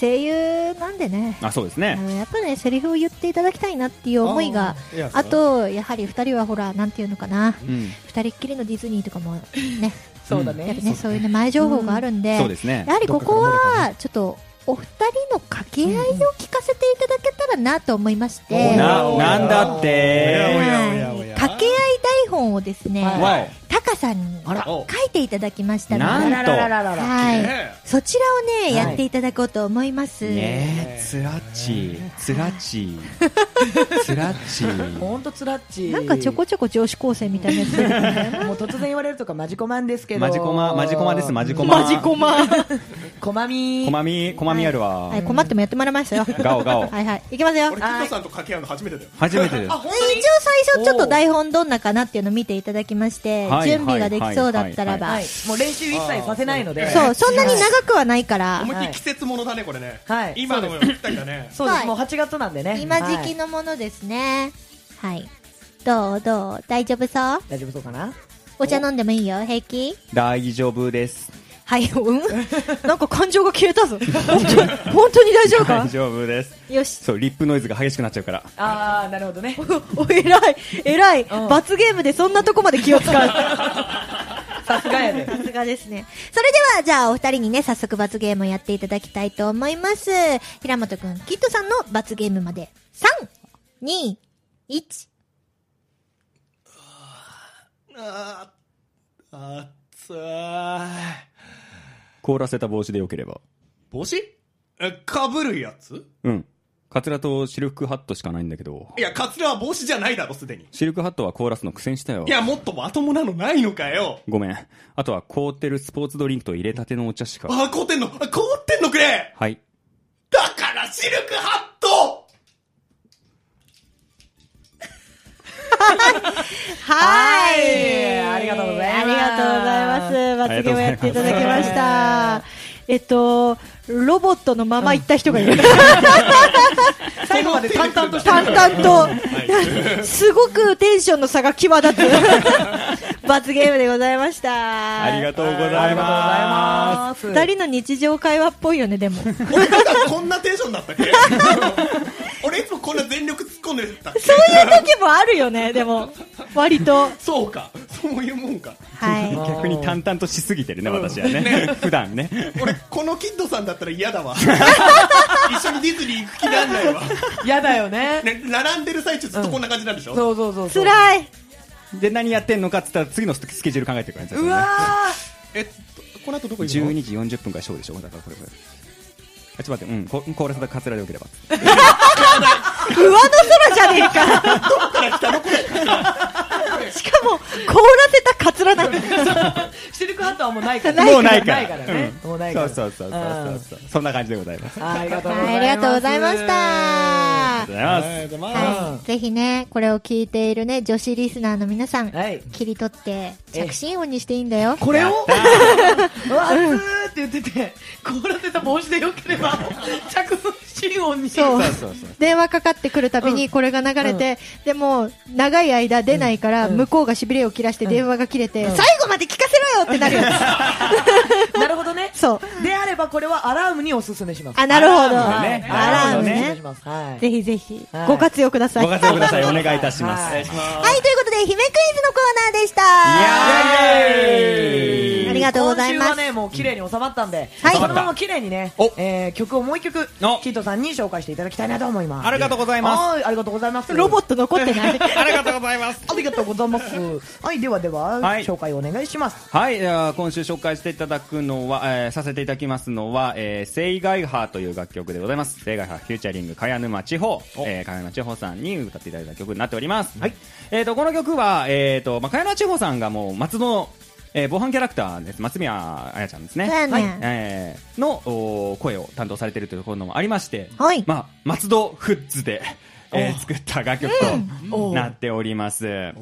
[SPEAKER 1] 声優なんでね、
[SPEAKER 4] あそうです
[SPEAKER 1] あ
[SPEAKER 4] ね
[SPEAKER 1] のやっぱね、セリフを言っていただきたいなっていう思いが
[SPEAKER 3] あーいや、
[SPEAKER 1] あと、やはり2人はほら、なんていうのかな、
[SPEAKER 4] うん
[SPEAKER 1] 2人っきりのディズニーとかもね、
[SPEAKER 2] そう
[SPEAKER 1] や
[SPEAKER 2] だ
[SPEAKER 1] っ
[SPEAKER 2] ね
[SPEAKER 1] ぱねそういうね前情報があるんで、
[SPEAKER 4] そうですね
[SPEAKER 1] やはりここは、ちょっとお二人の掛け合いを聞かせていただけたらなと思いまして、
[SPEAKER 2] うん
[SPEAKER 1] は
[SPEAKER 4] ななんだっ
[SPEAKER 3] おやお
[SPEAKER 4] て
[SPEAKER 3] や
[SPEAKER 1] い掛け合い台本をですね、
[SPEAKER 2] はい
[SPEAKER 4] わ
[SPEAKER 1] タカさんに
[SPEAKER 2] あら
[SPEAKER 1] 書いていただきましたの
[SPEAKER 4] な
[SPEAKER 1] で
[SPEAKER 4] ん。
[SPEAKER 2] らららららら
[SPEAKER 1] はい
[SPEAKER 3] ね。
[SPEAKER 1] そちらをね、
[SPEAKER 2] はい
[SPEAKER 1] やっていただこうと思います。
[SPEAKER 4] おねえつらっちつらっちつらっち
[SPEAKER 2] ほんとつらっち
[SPEAKER 1] なんかちょこちょこ女子高生みたいなやつ。
[SPEAKER 2] もう突然言われるとかマジコマンですけど
[SPEAKER 4] マジコママジコマですマジコママジ コマ
[SPEAKER 2] コマミ
[SPEAKER 4] コマミコマミあるわ
[SPEAKER 1] はい、困ってもやってもらいますよ。
[SPEAKER 4] ガオガオ
[SPEAKER 1] はいはい。いきますよ。
[SPEAKER 3] 俺、キッドさんと掛け合うの初めてだよ。
[SPEAKER 4] 初めてです
[SPEAKER 1] 一応最初ちょっと台本どんなかなっていうのを見ていただきまして、
[SPEAKER 4] はい
[SPEAKER 1] 準備ができそうだったら
[SPEAKER 2] は
[SPEAKER 1] ば
[SPEAKER 2] い。もう練習一切させないので
[SPEAKER 1] そう、そんなに長くはないから
[SPEAKER 3] 思、いっきり季節ものだね、これね。
[SPEAKER 2] はい
[SPEAKER 3] 今のもぴったりだね。
[SPEAKER 2] そうで
[SPEAKER 1] は
[SPEAKER 2] す
[SPEAKER 1] い
[SPEAKER 2] もう8月なんでね
[SPEAKER 1] 今時期
[SPEAKER 2] はい
[SPEAKER 1] のものですね。はい。どうどう大丈夫そう
[SPEAKER 2] 大丈夫そうかな
[SPEAKER 1] お茶飲んでもいいよ平気
[SPEAKER 4] 大丈夫です
[SPEAKER 1] はい、うんなんか感情が消えたぞ。本当に、本当に大丈夫か
[SPEAKER 4] 大丈夫です
[SPEAKER 1] よし。
[SPEAKER 4] そうリップノイズが激しくなっちゃうから
[SPEAKER 2] あーなるほどね
[SPEAKER 1] お、偉い、偉い。
[SPEAKER 2] うん
[SPEAKER 1] 罰ゲームでそんなとこまで気を使う。
[SPEAKER 2] さすがやね
[SPEAKER 1] さすがですね。それでは、じゃあお二人にね、早速罰ゲームをやっていただきたいと思います。平本くん、キットさんの罰ゲームまで。3、2、1。
[SPEAKER 3] あーあっつー
[SPEAKER 4] 凍らせた帽子でよければ
[SPEAKER 3] 帽子えかぶるやつ
[SPEAKER 4] うんカツラとシルクハットしかないんだけど
[SPEAKER 3] いや、カツラは帽子じゃないだろ、すでに。
[SPEAKER 4] シルクハットは凍らすの苦戦したよ
[SPEAKER 3] いや、もっとまともなのないのかよ。
[SPEAKER 4] ごめんあとは凍ってるスポーツドリンクと入れたてのお茶しか
[SPEAKER 3] あ、凍ってんのあ凍ってんのくれ
[SPEAKER 4] はい
[SPEAKER 3] だから、シルクハット
[SPEAKER 1] は
[SPEAKER 2] はいありがとうございます
[SPEAKER 1] ありがとうございます。罰ゲームやっていただきました。えっと、ロボットのまま行った人がいる。
[SPEAKER 2] 最後まで淡々として
[SPEAKER 1] 淡々と、すごくテンションの差が際立つ罰ゲームでございました。
[SPEAKER 4] ありがとうご
[SPEAKER 2] あ
[SPEAKER 4] ざい
[SPEAKER 2] り
[SPEAKER 4] ま
[SPEAKER 2] がとう
[SPEAKER 1] 二
[SPEAKER 2] ございます
[SPEAKER 1] 人の日常会話っぽいよね、でも。そう
[SPEAKER 3] 俺普段こんなテンションだったっけ俺いつもこんな全力突っ込んでたっけ
[SPEAKER 1] いう時もあるよね、でも。割と。
[SPEAKER 3] そうか。そういうもんか。
[SPEAKER 1] は
[SPEAKER 4] す逆に淡々としすぎてるね私は
[SPEAKER 3] うん
[SPEAKER 4] ね
[SPEAKER 3] ね
[SPEAKER 4] 普段ね
[SPEAKER 3] 俺、このキッドさんだったら嫌だわ。一緒にディズニー行く気なんないわ。
[SPEAKER 2] やだよね
[SPEAKER 3] ね、並んでる最中ずっとこんな感じなんでしょ、
[SPEAKER 2] そうそうそう
[SPEAKER 1] い。
[SPEAKER 2] そう
[SPEAKER 1] 辛い。
[SPEAKER 4] で何やってんのかっつったら次のスケジュール考えてくれる
[SPEAKER 2] うわ
[SPEAKER 3] えっと、この後どこ行くの
[SPEAKER 4] 12時40分からショーでしょだからこれこれあちょっと待ってうんこ凍らせたカツラでよければ
[SPEAKER 1] 上の空じゃねえか。しかも、凍らせたカツラなんだ。
[SPEAKER 2] ーシルクハットはもうないから
[SPEAKER 4] もうないから
[SPEAKER 2] ないからね
[SPEAKER 4] うん
[SPEAKER 2] もうないから
[SPEAKER 4] そうそうそうそうそうそんな感じでございます
[SPEAKER 2] うんありがとうござ
[SPEAKER 1] は
[SPEAKER 2] います
[SPEAKER 1] い、ありがとうございました。
[SPEAKER 4] ございます
[SPEAKER 3] はいでまあ
[SPEAKER 2] は
[SPEAKER 1] ぜひね、これを聞いているね、女子リスナーの皆さん、
[SPEAKER 2] はい
[SPEAKER 1] 切り取って、着信音にしていいんだよ。
[SPEAKER 2] これをうわ熱っって言ってて、凍らせた帽子でよければ、着信音に。
[SPEAKER 1] そう
[SPEAKER 4] そうそうそう
[SPEAKER 1] 電話かかってくるたびにこれが流れて、でも長い間出ないから向こうがしびれを切らして電話が切れて、最後まで聞かせろよってなるよ
[SPEAKER 2] なるほどね。
[SPEAKER 1] そう
[SPEAKER 2] であればこれはアラームにおすすめします。
[SPEAKER 1] あなるほど
[SPEAKER 4] アラーム
[SPEAKER 2] はい
[SPEAKER 4] でね
[SPEAKER 1] アラーム
[SPEAKER 2] お
[SPEAKER 1] ね
[SPEAKER 2] すすめします。は い。
[SPEAKER 1] ぜひぜひ、
[SPEAKER 2] はい
[SPEAKER 1] ご活用ください
[SPEAKER 4] ご活用ください。お願いいたします。
[SPEAKER 2] は
[SPEAKER 3] 願いします
[SPEAKER 1] はいということで姫クイズのコーナーでした
[SPEAKER 4] イエーイ
[SPEAKER 1] ありがとうございます
[SPEAKER 2] 今週はね、もう綺麗に収まったんで、
[SPEAKER 1] はい
[SPEAKER 2] このまま綺麗にね
[SPEAKER 4] お、
[SPEAKER 2] えー曲をもう一曲
[SPEAKER 4] お、
[SPEAKER 2] キートさんに紹介していただきたいなと思います。
[SPEAKER 4] ありがとうございます
[SPEAKER 2] はいありがとうございます。
[SPEAKER 1] ロボット残ってない
[SPEAKER 4] ありがとうございます。
[SPEAKER 2] ありがとうございます。はい、ではでは、
[SPEAKER 4] はい
[SPEAKER 2] 紹介お願いします。
[SPEAKER 4] はい、では今週紹介していただくのは、えーさせていただきますのは、えー、セイガイハーという楽曲でございます。セイガイハーフューチャリング、茅沼地方、えー、茅沼地方さんに歌っていただいた曲になっております。はい。えっ、と、この曲は、えっ、と、まあ、茅沼地方さんがもう、松戸の、えー、防犯キャラクターです。松宮彩ちゃんですね。
[SPEAKER 1] そうやね
[SPEAKER 4] はいえーの、おー声を担当されているというところもありまして、
[SPEAKER 1] はい
[SPEAKER 4] まあ、松戸フッズで、えー作った楽曲となっております。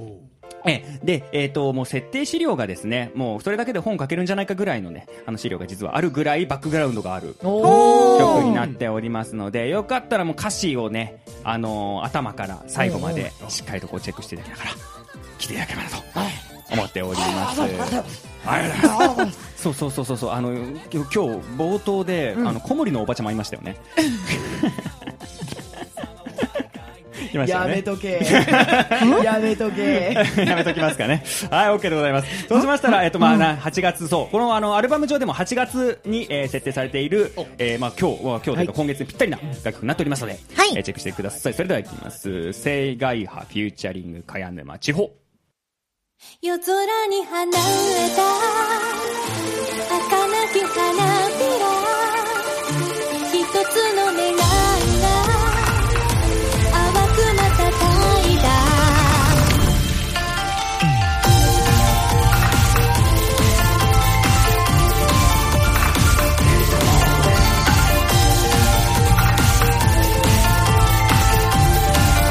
[SPEAKER 4] ええで、えっ、と、もう設定資料がですね、もうそれだけで本書けるんじゃないかぐらいのね、あの資料が実はあるぐらいバックグラウンドがある
[SPEAKER 2] お
[SPEAKER 4] 曲になっておりますので、よかったらもう歌詞をね、あのー頭から最後までしっかりとこうチェックしていただきながら、来ていただければなと思っております。ありがとうございます。そうそうそうそうそう、あの、今日今日冒頭で、あの、小森のおばちゃまいました よね。いましたよ
[SPEAKER 2] や
[SPEAKER 4] ね
[SPEAKER 2] めとけ。 やめとけ。
[SPEAKER 4] やめときますかね。はい、OK でございます。そうしましたら、えっと、まあ、な8月、そう、この、あの、アルバム上でも8月に、えー設定されている、えーまあ、今日、今日というか、今月にぴったりな楽曲になっておりますので、
[SPEAKER 1] はい
[SPEAKER 4] えーチェックしてください。それでは、いきます。聖外派フューチャリング、茅沼地方。
[SPEAKER 5] 夜空に放った儚き花びら一つの願いが淡くまたたいだ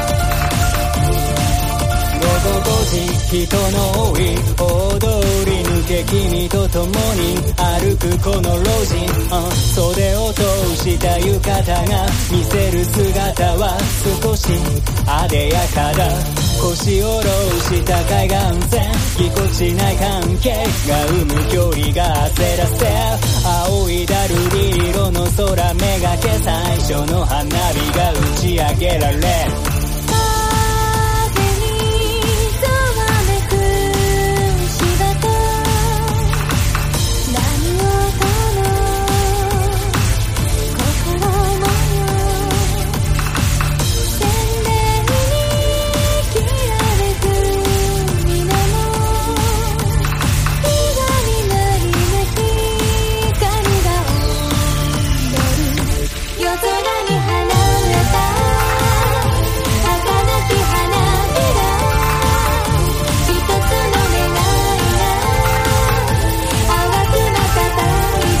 [SPEAKER 6] 午後5時人の多い大通り抜け君と共に歩くこの路地うん袖を通した浴衣が見せる姿は少し艶やかだ腰を下ろした海岸線ぎこちない関係が生む距離が焦らせ青いだるり色の空めがけ最初の花火が打ち上げられる
[SPEAKER 5] 風にざわめく仕事何をかの心の鮮明にきらめく水面色になりなき光が踊る夜空に放た儚き花びら一つの願いが淡くまたたいだ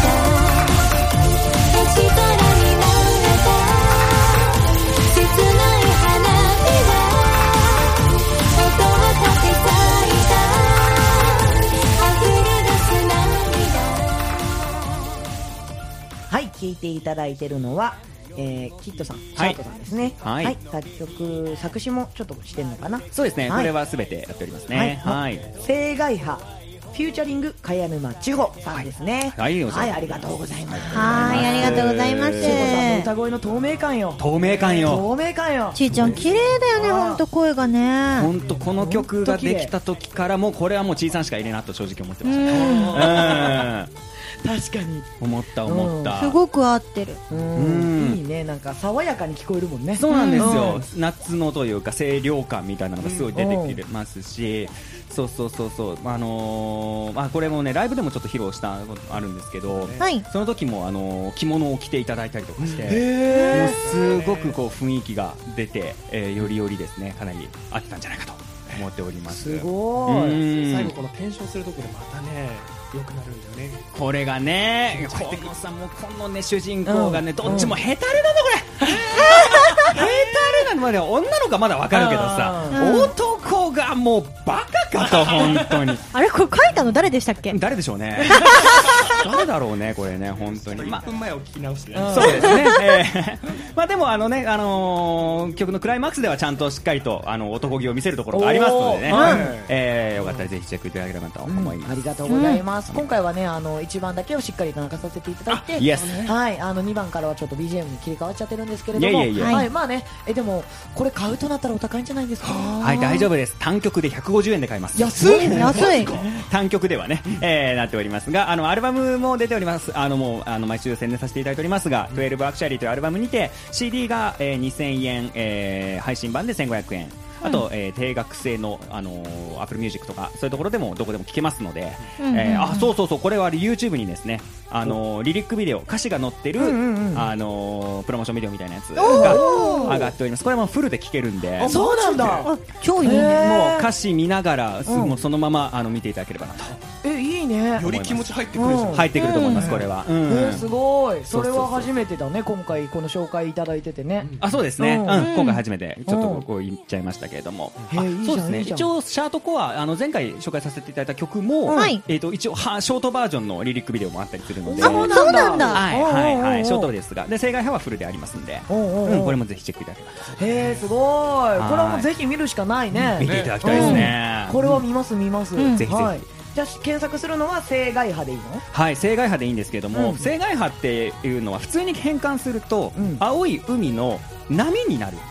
[SPEAKER 5] 星空になった切ない花びら音を立て咲いた溢れ出す涙
[SPEAKER 2] はい、聞いていただいてるのは、えー、キッドさん、シ
[SPEAKER 4] はい
[SPEAKER 2] ャートさんですね。
[SPEAKER 4] はい
[SPEAKER 2] 作曲、作詞もちょっとしてるのかな。
[SPEAKER 4] そうですね、
[SPEAKER 2] はい
[SPEAKER 4] これはすべてやっておりますね。はい。
[SPEAKER 2] 正外派、フューチャリング、茅沼千穂さんですね。
[SPEAKER 4] はいはい
[SPEAKER 2] はい、ありがとうございます。
[SPEAKER 1] はいありがとうございます
[SPEAKER 2] 千穂さんの歌声の透明感よ。
[SPEAKER 4] 透明感よ。
[SPEAKER 2] 透明感よ。
[SPEAKER 1] ちーちゃん綺麗だよね
[SPEAKER 2] あー
[SPEAKER 1] ほんと声がね
[SPEAKER 4] 本当この曲ができた時からもうこれはもう小さんしかいねえなと正直思ってま
[SPEAKER 1] う
[SPEAKER 4] し
[SPEAKER 1] ん
[SPEAKER 4] た。
[SPEAKER 2] 確かに。
[SPEAKER 4] うん、思った思った。
[SPEAKER 1] すごく合ってる
[SPEAKER 2] うん
[SPEAKER 4] うん
[SPEAKER 2] いいね、なんか爽やかに聞こえるもんね。
[SPEAKER 4] そうなんです
[SPEAKER 2] う
[SPEAKER 4] よ
[SPEAKER 2] ん、
[SPEAKER 4] 夏のというか清涼感みたいなのがすごい出てきてますし、そうそうそうそう、あのーまあ、これもねライブでもちょっと披露したことあるんですけど、
[SPEAKER 1] はい
[SPEAKER 4] その時もあのー着物を着ていただいたりとかして、もう
[SPEAKER 2] へ
[SPEAKER 4] すごくこう雰囲気が出て、えーよりよりですねかなり合ってたんじゃないかと思っておりま
[SPEAKER 2] す
[SPEAKER 4] す。
[SPEAKER 2] ごい。
[SPEAKER 4] うん
[SPEAKER 3] 最後この転生するとこでまたね良くなるんだよね
[SPEAKER 4] これがね、このさもうこのね主人公がね、どっちもヘタレなのこれ。ヘタレなのまで女の子はまだわかるけどさ、
[SPEAKER 1] うん
[SPEAKER 4] 男がもうバカ方本当に
[SPEAKER 1] あれこれ書いたの誰でしたっけ
[SPEAKER 4] 誰でしょうね 誰だろうねこれね本当にまあ
[SPEAKER 3] 1分前を聞き直してね
[SPEAKER 4] そうですね、えーまあでもあのね、あのー曲のクライマックスではちゃんとしっかりとあの男気を見せるところがありますのでね、
[SPEAKER 2] おー
[SPEAKER 4] うんえーよかったらぜひチェックいただければと思います。
[SPEAKER 2] ありがとうございます、今回はねあの1番だけをしっかりと流させていただいて、
[SPEAKER 4] イエス
[SPEAKER 2] はい、あの2番からはちょっと BGM に切り替わっちゃってるんですけれども
[SPEAKER 4] いえいえいえ
[SPEAKER 2] はいまあねえでもこれ買うとなったらお高いんじゃないですか
[SPEAKER 4] はい、大丈夫です。単曲で150円で買います。
[SPEAKER 2] 安いね
[SPEAKER 1] 安い
[SPEAKER 4] 単曲ではね、えーなっておりますが、あの、アルバムも出ております。あの、もう、あの、毎週宣伝させていただいておりますが、12アクシャリーというアルバムにて、CD が、えー2000円、えー配信版で1500円。あと、えー定額制の、あのー、Apple Music とか、そういうところでも、どこでも聴けますので、えーあ、そうそうそう、これは YouTube にですね、あのーリリックビデオ、歌詞が載ってる、あのープロモーションビデオみたいなやつが上がっております。これもフルで聴けるんで、
[SPEAKER 2] そうなんだ
[SPEAKER 1] あ超いいね
[SPEAKER 4] もう
[SPEAKER 2] へー
[SPEAKER 4] 歌詞見ながら、すもうそのままあの見ていただければなと、
[SPEAKER 2] えいいね
[SPEAKER 3] より気持ち入ってくるじゃん
[SPEAKER 2] うん
[SPEAKER 4] 入ってくると思います、これは。う
[SPEAKER 2] え
[SPEAKER 4] ん
[SPEAKER 2] ーすごい
[SPEAKER 4] そ
[SPEAKER 2] そう
[SPEAKER 4] そう
[SPEAKER 2] れ
[SPEAKER 4] そう
[SPEAKER 2] は初めてだね今回この紹介いただいててね、
[SPEAKER 4] あそうですね、
[SPEAKER 2] う
[SPEAKER 4] うんん今回初めてちょっとこう言っちゃいましたけれども、
[SPEAKER 2] うんへー
[SPEAKER 4] あそうです
[SPEAKER 2] い
[SPEAKER 4] ね
[SPEAKER 2] いじゃんいい
[SPEAKER 4] 一
[SPEAKER 2] じゃん
[SPEAKER 4] 応、シャートコアあの前回紹介させていただいた曲も、
[SPEAKER 1] はい
[SPEAKER 4] えー、と一応はショートバージョンのリリックビデオもあったりするので。
[SPEAKER 1] あそうなんだ
[SPEAKER 4] はいはい
[SPEAKER 2] おうおう
[SPEAKER 4] は
[SPEAKER 2] おう
[SPEAKER 4] い、ショートですが、で正解派はフルでありますんで、
[SPEAKER 2] おうおうおう
[SPEAKER 4] うんこれもぜひチェックいただければと
[SPEAKER 2] へえすごいこれはもうぜひ見るしかないね
[SPEAKER 4] 見ていただきたいですね。
[SPEAKER 2] これは見ます見ます、
[SPEAKER 1] ん
[SPEAKER 4] ぜひぜひ
[SPEAKER 2] はい、じゃあ検索するのは正外派でいいの
[SPEAKER 4] はい、正外派でいいんですけれども、
[SPEAKER 2] うん
[SPEAKER 4] 正外派っていうのは普通に変換すると、
[SPEAKER 2] うん
[SPEAKER 4] 青い海の波になるんですよ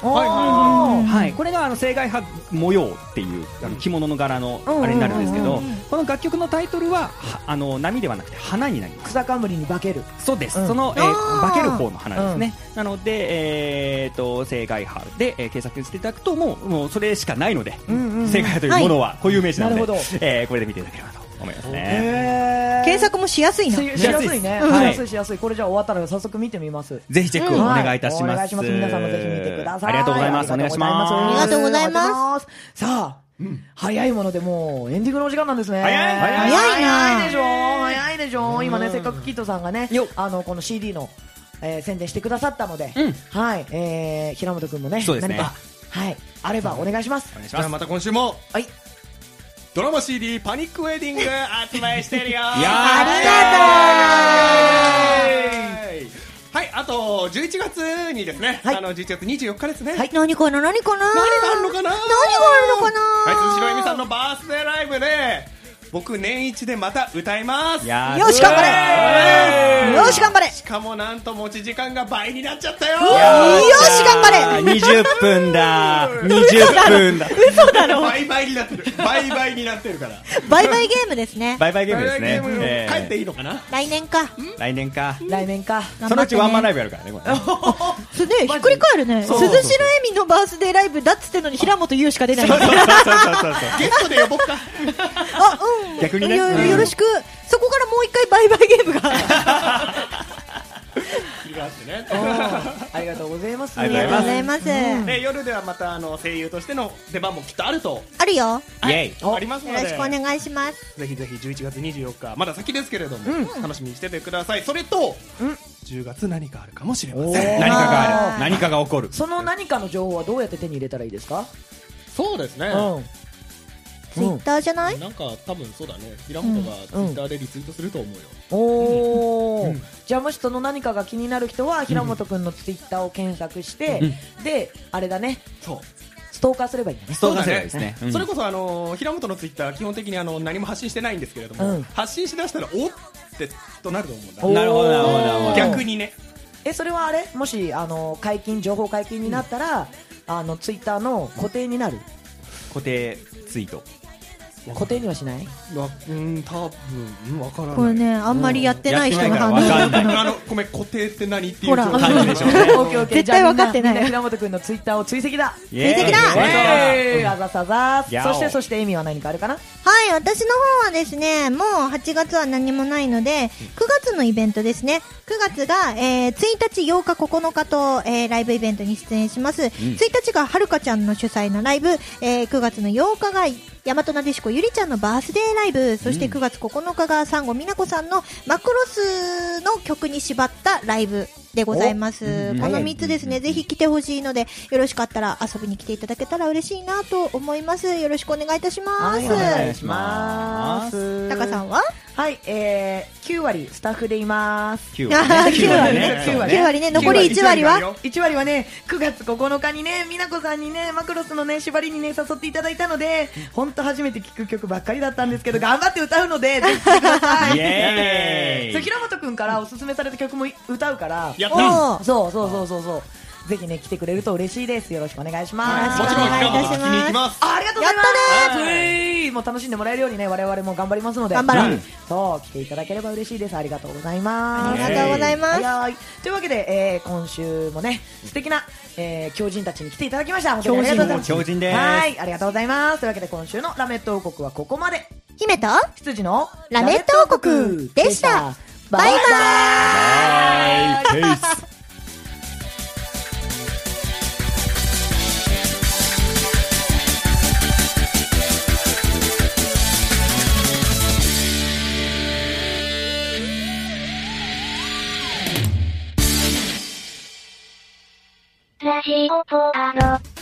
[SPEAKER 3] はいはい
[SPEAKER 2] あー
[SPEAKER 4] はい、これがあの正外派模様っていうあの着物の柄のあれになるんですけど、この楽曲のタイトルははあの波ではなくて花になります。
[SPEAKER 2] 草冠に化ける
[SPEAKER 4] そうです、
[SPEAKER 2] うん
[SPEAKER 4] その、え
[SPEAKER 1] あ
[SPEAKER 4] ー、
[SPEAKER 1] ー
[SPEAKER 4] 化ける方の花ですね、なので、えー、と正外派で、えー、検索していただくともうもうそれしかないので、
[SPEAKER 2] んうんうん
[SPEAKER 4] 正外派というものは固有名詞なので、
[SPEAKER 2] なるほど
[SPEAKER 4] えーこれで見ていただければと思いますね。
[SPEAKER 2] へ
[SPEAKER 1] 検索もしやすいな
[SPEAKER 2] ししやすいね、
[SPEAKER 4] うん
[SPEAKER 2] しやすいしやすいこれじゃあ終わったら早速見てみます
[SPEAKER 4] ぜひチェックをお願いいたします。
[SPEAKER 2] お願いします皆さんもぜひ見てください
[SPEAKER 4] ありがとうございます。お願いします。
[SPEAKER 1] ありがとうございます
[SPEAKER 2] すさあ、早いものでもうエンディングのお時間なんですね
[SPEAKER 4] 早い早い
[SPEAKER 1] 早いな
[SPEAKER 2] 早いでしょ早いでしょ今ねせっかくキットさんがね
[SPEAKER 4] よ
[SPEAKER 2] あのこの CD の、えー宣伝してくださったので、
[SPEAKER 4] うん
[SPEAKER 2] はい、えー、平本君もね
[SPEAKER 4] そうですね
[SPEAKER 2] 何かはいあればお願いします
[SPEAKER 3] お願いしますじゃあまた今週も
[SPEAKER 2] はい
[SPEAKER 3] ドラマ CD パニックウェディング発売してるよ
[SPEAKER 4] いやー
[SPEAKER 3] ありがとうはい、あと11月にですね、
[SPEAKER 2] はい
[SPEAKER 3] あの11月24日ですね、
[SPEAKER 2] はい
[SPEAKER 1] 何かな何かな
[SPEAKER 3] 何があるのか
[SPEAKER 1] 何があるのかな
[SPEAKER 3] なはい、辻ろゆみさんのバースデーライブで僕年一でまた歌います
[SPEAKER 4] やー
[SPEAKER 1] よし頑張
[SPEAKER 3] う
[SPEAKER 1] れ
[SPEAKER 3] えー
[SPEAKER 1] よし頑張れよし
[SPEAKER 3] しかもなんと持ち時間が倍になっちゃったよ
[SPEAKER 1] 頑張れ
[SPEAKER 4] 二十分だ。二十分だ。
[SPEAKER 3] 倍倍になってる倍倍になってるから
[SPEAKER 1] バイバイゲームですね
[SPEAKER 4] バイバイゲームですね
[SPEAKER 3] これ。
[SPEAKER 4] え
[SPEAKER 3] 帰って
[SPEAKER 4] ー
[SPEAKER 3] いいのかな
[SPEAKER 1] 来年か
[SPEAKER 4] 来年か。
[SPEAKER 2] 来年か
[SPEAKER 4] そのうちワンマンラ
[SPEAKER 1] イ
[SPEAKER 4] イブやるから ね。これね
[SPEAKER 1] ブねひっくり返るね鈴代恵美のバースデーライブだっつってのに平本優しか出ない
[SPEAKER 3] ゲストで呼ぼっか
[SPEAKER 1] あうん
[SPEAKER 4] 逆にね
[SPEAKER 1] よ
[SPEAKER 4] うん
[SPEAKER 1] よろしくそこからもう一回バイバイゲームが
[SPEAKER 3] 気があってね
[SPEAKER 2] ありがとうございます
[SPEAKER 4] ありがとうござ
[SPEAKER 1] い ます
[SPEAKER 3] で夜ではまたあの声優としての出番もきっとあると
[SPEAKER 1] あるよ
[SPEAKER 4] イエイ。
[SPEAKER 2] お
[SPEAKER 3] ありますの
[SPEAKER 1] よ
[SPEAKER 3] で
[SPEAKER 1] ろしくお願いします
[SPEAKER 3] ぜひぜひ11月24日まだ先ですけれども、楽しみにしててくださいそれと、10月何かあるかもしれません
[SPEAKER 4] 何かがある。何かが起こる。
[SPEAKER 2] その何かの情報はどうやって手に入れたらいいですか
[SPEAKER 3] そうですね、
[SPEAKER 1] ツイッターじゃない
[SPEAKER 3] なんか多分そうだね平本がツイッターでリツイートすると思うよ、
[SPEAKER 2] おー、じゃあもしその何かが気になる人は平本君のツイッターを検索して、であれだね
[SPEAKER 3] そう
[SPEAKER 2] ストーカーすればいいんだね
[SPEAKER 4] ストーカー世代ですね。うん
[SPEAKER 3] それこそあの平本のツイッター基本的にあの何も発信してないんですけれども、
[SPEAKER 2] うん
[SPEAKER 3] 発信しだしたらおってとなると思うんだ
[SPEAKER 2] おー
[SPEAKER 4] なるほどなるほどなるほど
[SPEAKER 3] 逆にね
[SPEAKER 2] えそれはあれもしあの解禁情報解禁になったら、あのツイッターの固定になる
[SPEAKER 4] 固定ツイート。
[SPEAKER 2] 固定にはしない
[SPEAKER 3] わうん多分うんわからない
[SPEAKER 1] これねあんまりやってない人の反
[SPEAKER 4] やっ
[SPEAKER 1] 応
[SPEAKER 4] てないからわかんない
[SPEAKER 3] あのごめん固定って何ってい
[SPEAKER 1] ほ
[SPEAKER 3] う
[SPEAKER 1] ら
[SPEAKER 3] 情報
[SPEAKER 4] 感じでしょう
[SPEAKER 2] オ
[SPEAKER 4] ね。
[SPEAKER 2] ッケーオッケー
[SPEAKER 1] 絶対分かってない
[SPEAKER 2] じゃあみんなみんな平本君のツイッターを追跡だ
[SPEAKER 4] イエーイ
[SPEAKER 1] 追跡
[SPEAKER 2] イ
[SPEAKER 1] だ
[SPEAKER 4] イエーイ
[SPEAKER 2] エーイあざさざ
[SPEAKER 4] や
[SPEAKER 2] そ
[SPEAKER 4] お
[SPEAKER 2] してそしてエミは何かあるかな
[SPEAKER 7] はい、私の方はですね、もう8月は何もないので、9月のイベントですね。9月が、えー1日、8日、9日と、えーライブイベントに出演します。1日がはるかちゃんの主催のライブ、えー9月の8日が、え
[SPEAKER 1] 大和なでしこゆりちゃんのバースデーライブ、そして9月9日がサンゴみなこさんのマクロスの曲に縛ったライブでございます。この3つですね、ぜひ来てほしいので、よろしかったら遊びに来ていただけたら嬉しいなと思います。よろしくお願いいたします。
[SPEAKER 4] いしま
[SPEAKER 1] タカさんは
[SPEAKER 2] はい、えー、9割スタッフでいます。
[SPEAKER 4] 9
[SPEAKER 1] 9
[SPEAKER 2] 9
[SPEAKER 1] 割
[SPEAKER 2] 割
[SPEAKER 1] ね
[SPEAKER 2] ね。
[SPEAKER 1] 9
[SPEAKER 2] 9
[SPEAKER 1] 割ね
[SPEAKER 2] 割
[SPEAKER 1] 残り1割は
[SPEAKER 2] 1割はね、9月9日にね、美奈子さんにね、マクロスのね、縛りにね、誘っていただいたので、本当初めて聴く曲ばっかりだったんですけど、頑張って歌うので、ぜひ来てください。
[SPEAKER 4] イエーイ
[SPEAKER 2] そう平本くんからおすすめされた曲も歌うから、
[SPEAKER 3] やっ
[SPEAKER 1] お
[SPEAKER 3] たも
[SPEAKER 1] ー
[SPEAKER 2] そうそうそうそうそう。ぜひね、来てくれると嬉しいです。よろしくお願いします。
[SPEAKER 1] よろ
[SPEAKER 3] ち
[SPEAKER 1] しく
[SPEAKER 3] ろん
[SPEAKER 1] お願い
[SPEAKER 3] 平
[SPEAKER 1] いたします
[SPEAKER 3] 本聞きに行きます
[SPEAKER 2] あありがとうござい
[SPEAKER 1] やっ
[SPEAKER 2] ま
[SPEAKER 1] た
[SPEAKER 2] す。
[SPEAKER 1] ね
[SPEAKER 2] ういもう楽しんでもらえるようにね、我々も頑張りますので。
[SPEAKER 1] 頑張ろう
[SPEAKER 2] うんそう、来ていただければ嬉しいです。ありがとうございます。
[SPEAKER 1] ありがとうございます
[SPEAKER 2] はいはいというわけで、えー今週もね、素敵な、えー、狂人たちに来ていただきました。本当にありがとうございます
[SPEAKER 4] 狂人狂人です
[SPEAKER 2] はい、ありがとうございます。というわけで、今週のラメット王国はここまで。
[SPEAKER 1] 姫と
[SPEAKER 2] 羊の
[SPEAKER 1] ラメット王国でした。バイバ
[SPEAKER 2] イ
[SPEAKER 5] ラジオポアロ。